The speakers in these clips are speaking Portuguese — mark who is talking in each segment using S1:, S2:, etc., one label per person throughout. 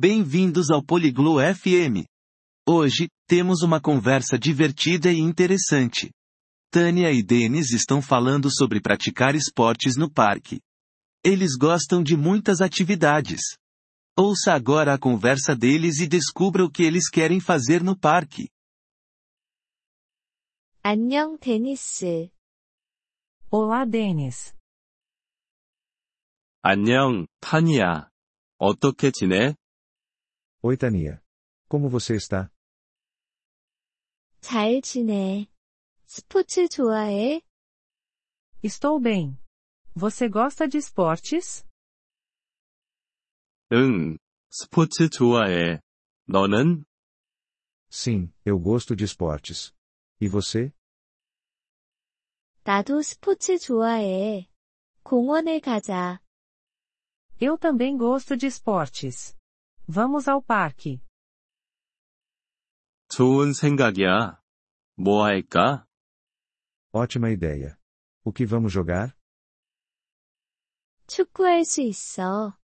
S1: Bem-vindos ao Poliglo FM. Hoje, temos uma conversa divertida e interessante. Tânia e Denis estão falando sobre praticar esportes no parque. Eles gostam de muitas atividades. Ouça agora a conversa deles e descubra o que eles querem fazer no parque.
S2: 안녕, 데니스.
S3: Olá, Denis.
S4: 안녕, 타니야. 어떻게 지내?
S5: Oi Tania. Como você está?
S2: 잘 지내. 스포츠 좋아해?
S3: Estou bem. Você gosta de esportes?
S4: 응, 스포츠 좋아해. 너는?
S5: Sim, eu gosto de esportes. E você?
S2: 나도 스포츠 좋아해. 공원에 가자.
S3: Eu também gosto de esportes. Vamos ao parque.
S4: 좋은 생각이야. 뭐 할까?
S5: Ótima ideia. O que vamos jogar?
S2: 축구할 수 있어.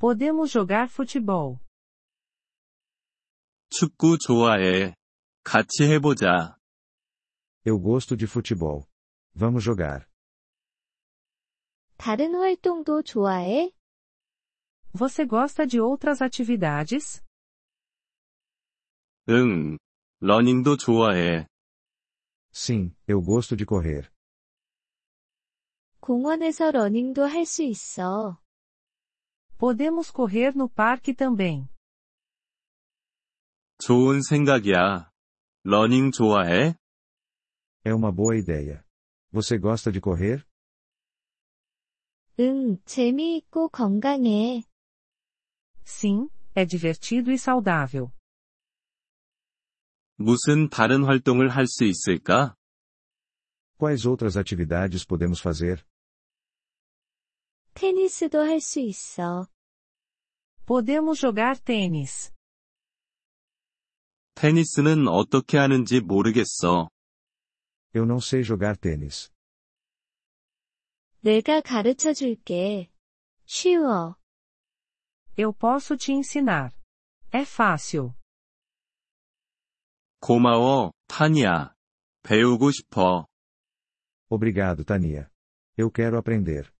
S3: Podemos jogar futebol.
S4: 축구 좋아해. 같이 해보자.
S5: Eu gosto de futebol. Vamos jogar.
S2: 다른 활동도 좋아해?
S3: Você gosta de outras atividades?
S4: 응, 러닝도 좋아해.
S5: Sim, eu gosto de correr.
S2: 공원에서 러닝도 할 수 있어.
S3: Podemos correr no parque também.
S4: 좋은 생각이야. 러닝 좋아해?
S5: É uma boa ideia. Você gosta de correr?
S2: 응, 재미있고 건강해.
S3: Sim, é divertido e saudável.
S4: 무슨 다른 활동을 할 수 있을까?
S5: Quais outras atividades podemos fazer?
S2: 테니스도 할 수 있어.
S3: Podemos jogar tênis.
S4: 테니스는 어떻게 하는지 모르겠어.
S5: Eu não sei jogar tênis.
S2: 내가 가르쳐 줄게. 쉬워.
S3: Eu posso te ensinar. É fácil.
S4: 고마워, 타니야. 배우고 싶어.
S5: Obrigado, Tania. Eu quero aprender.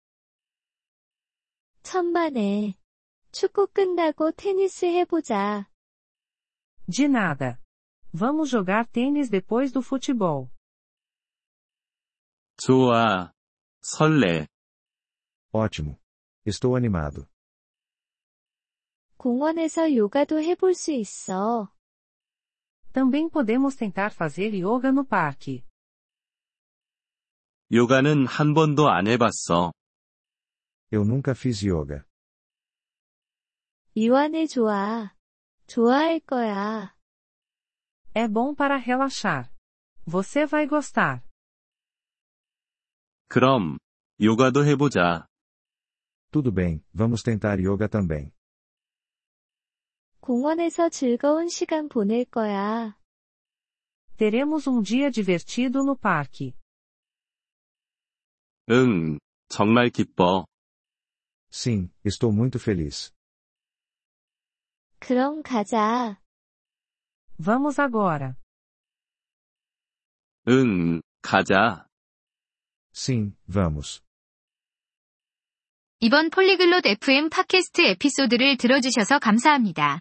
S2: 천만에. 축구 끝나고 테니스 해보자.
S3: De nada. Vamos jogar tênis depois do futebol.
S4: 좋아. 설레.
S5: Ótimo. Estou animado.
S2: 공원에서 요가도 해볼 수 있어.
S3: Também podemos tentar fazer yoga no parque.
S4: 요가는 한 번도 안 해봤어.
S5: Eu nunca fiz yoga.
S2: 이완해 좋아. 좋아할 거야.
S3: É bom para relaxar. Você vai gostar.
S4: 그럼, 요가도 해보자.
S5: Tudo bem, vamos tentar yoga também.
S2: 공원에서 즐거운 시간 보낼 거야.
S3: Teremos um dia divertido no parque.
S4: 응, 정말 기뻐.
S5: Sim, estou muito feliz.
S2: 그럼 가자.
S3: Vamos agora.
S4: 응, 가자.
S5: Sim, vamos.
S6: 이번 폴리글롯 FM 팟캐스트 에피소드를 들어주셔서 감사합니다.